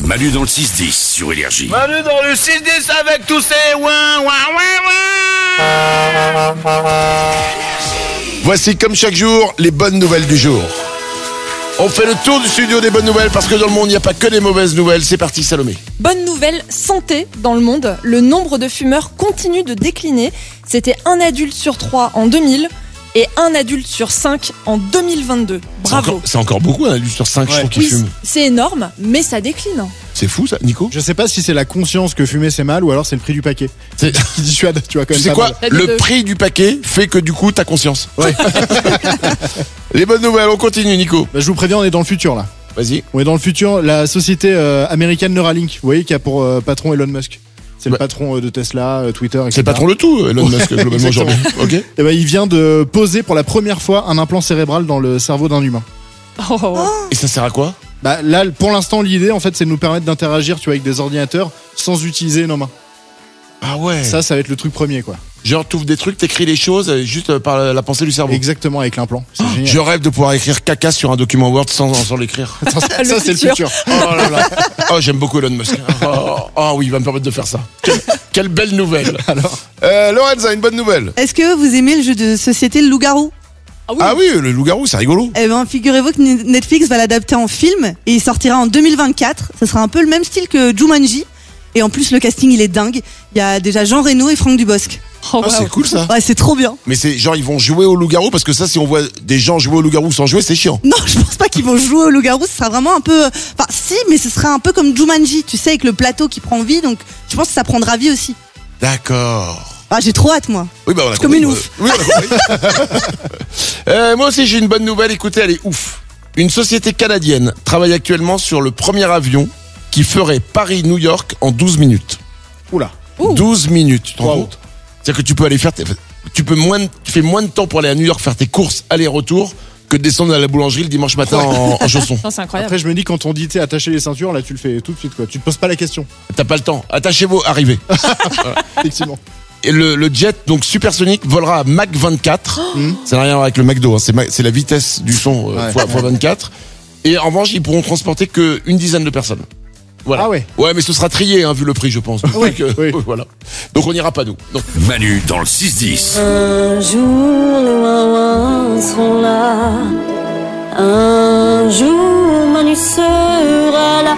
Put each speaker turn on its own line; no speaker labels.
Manu dans le 6-10 sur Énergie.
Manu dans le 6-10 avec tous ces ouin, ouin, ouin,
Voici comme chaque jour les bonnes nouvelles du jour. On fait le tour du studio des bonnes nouvelles parce que dans le monde il n'y a pas que des mauvaises nouvelles. C'est parti Salomé.
Bonne nouvelle santé dans le monde, le nombre de fumeurs continue de décliner. C'était un adulte sur trois en 2000 et un adulte sur cinq en 2022. Bravo.
C'est encore beaucoup un adulte sur 5 je
Ouais.
trouve qui
Oui,
fume.
c'est énorme, mais ça décline.
C'est fou ça Nico
Je sais pas si c'est la conscience que fumer c'est mal ou alors c'est le prix du paquet.
C'est-
Qui dissuade, tu vois, quand
Tu
même.
sais
pas
quoi
mal.
T'as dit
Le
de-
prix du paquet fait que du coup t'as conscience. les bonnes nouvelles, on continue Nico.
Bah, je vous préviens, on est dans le futur là.
Vas-y.
On est dans le futur. La société euh, américaine Neuralink, vous voyez, qui a pour euh, patron Elon Musk. C'est
Ouais.
le patron euh, de Tesla, euh, Twitter, etc.
C'est le patron de tout euh, Elon Musk globalement aujourd'hui. Ok
Eh ben, il vient de poser pour la première fois un implant cérébral dans le cerveau d'un humain.
Oh.
Oh.
Ah Et ça sert à quoi
Bah, là, pour l'instant, l'idée, en fait, c'est de nous permettre d'interagir, tu vois, avec des ordinateurs sans utiliser nos mains.
Ah ouais.
Ça, ça va être le truc premier, quoi.
Genre tu ouvres des trucs, t'écris les choses euh, juste euh, par la la pensée du cerveau.
Exactement, avec l'implant. C'est génial.
Je rêve de pouvoir écrire caca sur un document Word sans, sans l'écrire.
Ça, ça, c'est le
futur.
futur.
Oh là là. Oh, j'aime beaucoup Elon Musk. Oh, oh oui, il va me permettre de faire ça. Quelle, quelle belle nouvelle. Alors, Lorenza, une bonne nouvelle.
Est-ce que vous aimez le jeu de société Le Loup-Garou
Ah oui, le loup-garou, c'est rigolo. Ah,
Eh ben, figurez-vous que Ne- Netflix va l'adapter en film et il sortira en 2024. Ça sera un peu le même style que Jumanji. Et en plus, le casting, il est dingue. Il y a déjà Jean Reno et Franck Dubosc.
Oh,
Ah,
wow.
c'est cool ça.
Ouais, c'est trop bien.
Mais c'est genre, ils vont jouer au loup-garou parce que ça, si on voit des gens jouer au loup-garou sans jouer, c'est chiant.
Non, je pense pas qu'ils vont jouer au loup-garou. Ce sera vraiment un peu. Enfin, si, mais ce sera un peu comme Jumanji, tu sais, avec le plateau qui prend vie. Donc, je pense que ça prendra vie aussi.
D'accord.
Ah, j'ai trop hâte, moi.
Oui, bah, on a
Comme
compris,
une
moi.
ouf.
Oui, on a compris. Euh, moi aussi, j'ai une bonne nouvelle. Écoutez, elle est ouf. Une société canadienne travaille actuellement sur le premier avion qui ferait Paris-New York en 12 minutes.
Oula.
12 minutes, tu te rends
Wow.
compte C'est-à-dire que tu peux aller faire tes- tu peux moins de- tu fais moins de temps pour aller à New York faire tes courses aller-retour que de descendre à la boulangerie le dimanche matin en, en chausson.
Non, c'est incroyable.
Après, je me dis, quand on dit, t'es attaché les ceintures, là, tu le fais tout de suite, quoi. Tu te poses pas la question,
T'as pas le temps. Attachez vos arrivez.
effectivement.
Et le, le jet donc supersonique volera à Mach 24.
Mhm.
Ça n'a rien à voir avec le McDo, hein. c'est ma- c'est la vitesse du son euh,
Ouais.
fois, fois 24. Et en revanche, ils pourront transporter que une dizaine de personnes. Voilà.
Ah ouais.
Ouais, mais ce sera trié hein, vu le prix, je pense. Donc, euh,
oui.
voilà. Donc on n'ira pas nous. Non.
Manu dans le 6-10.
Un jour les Wawas seront là. Un jour Manu sera là.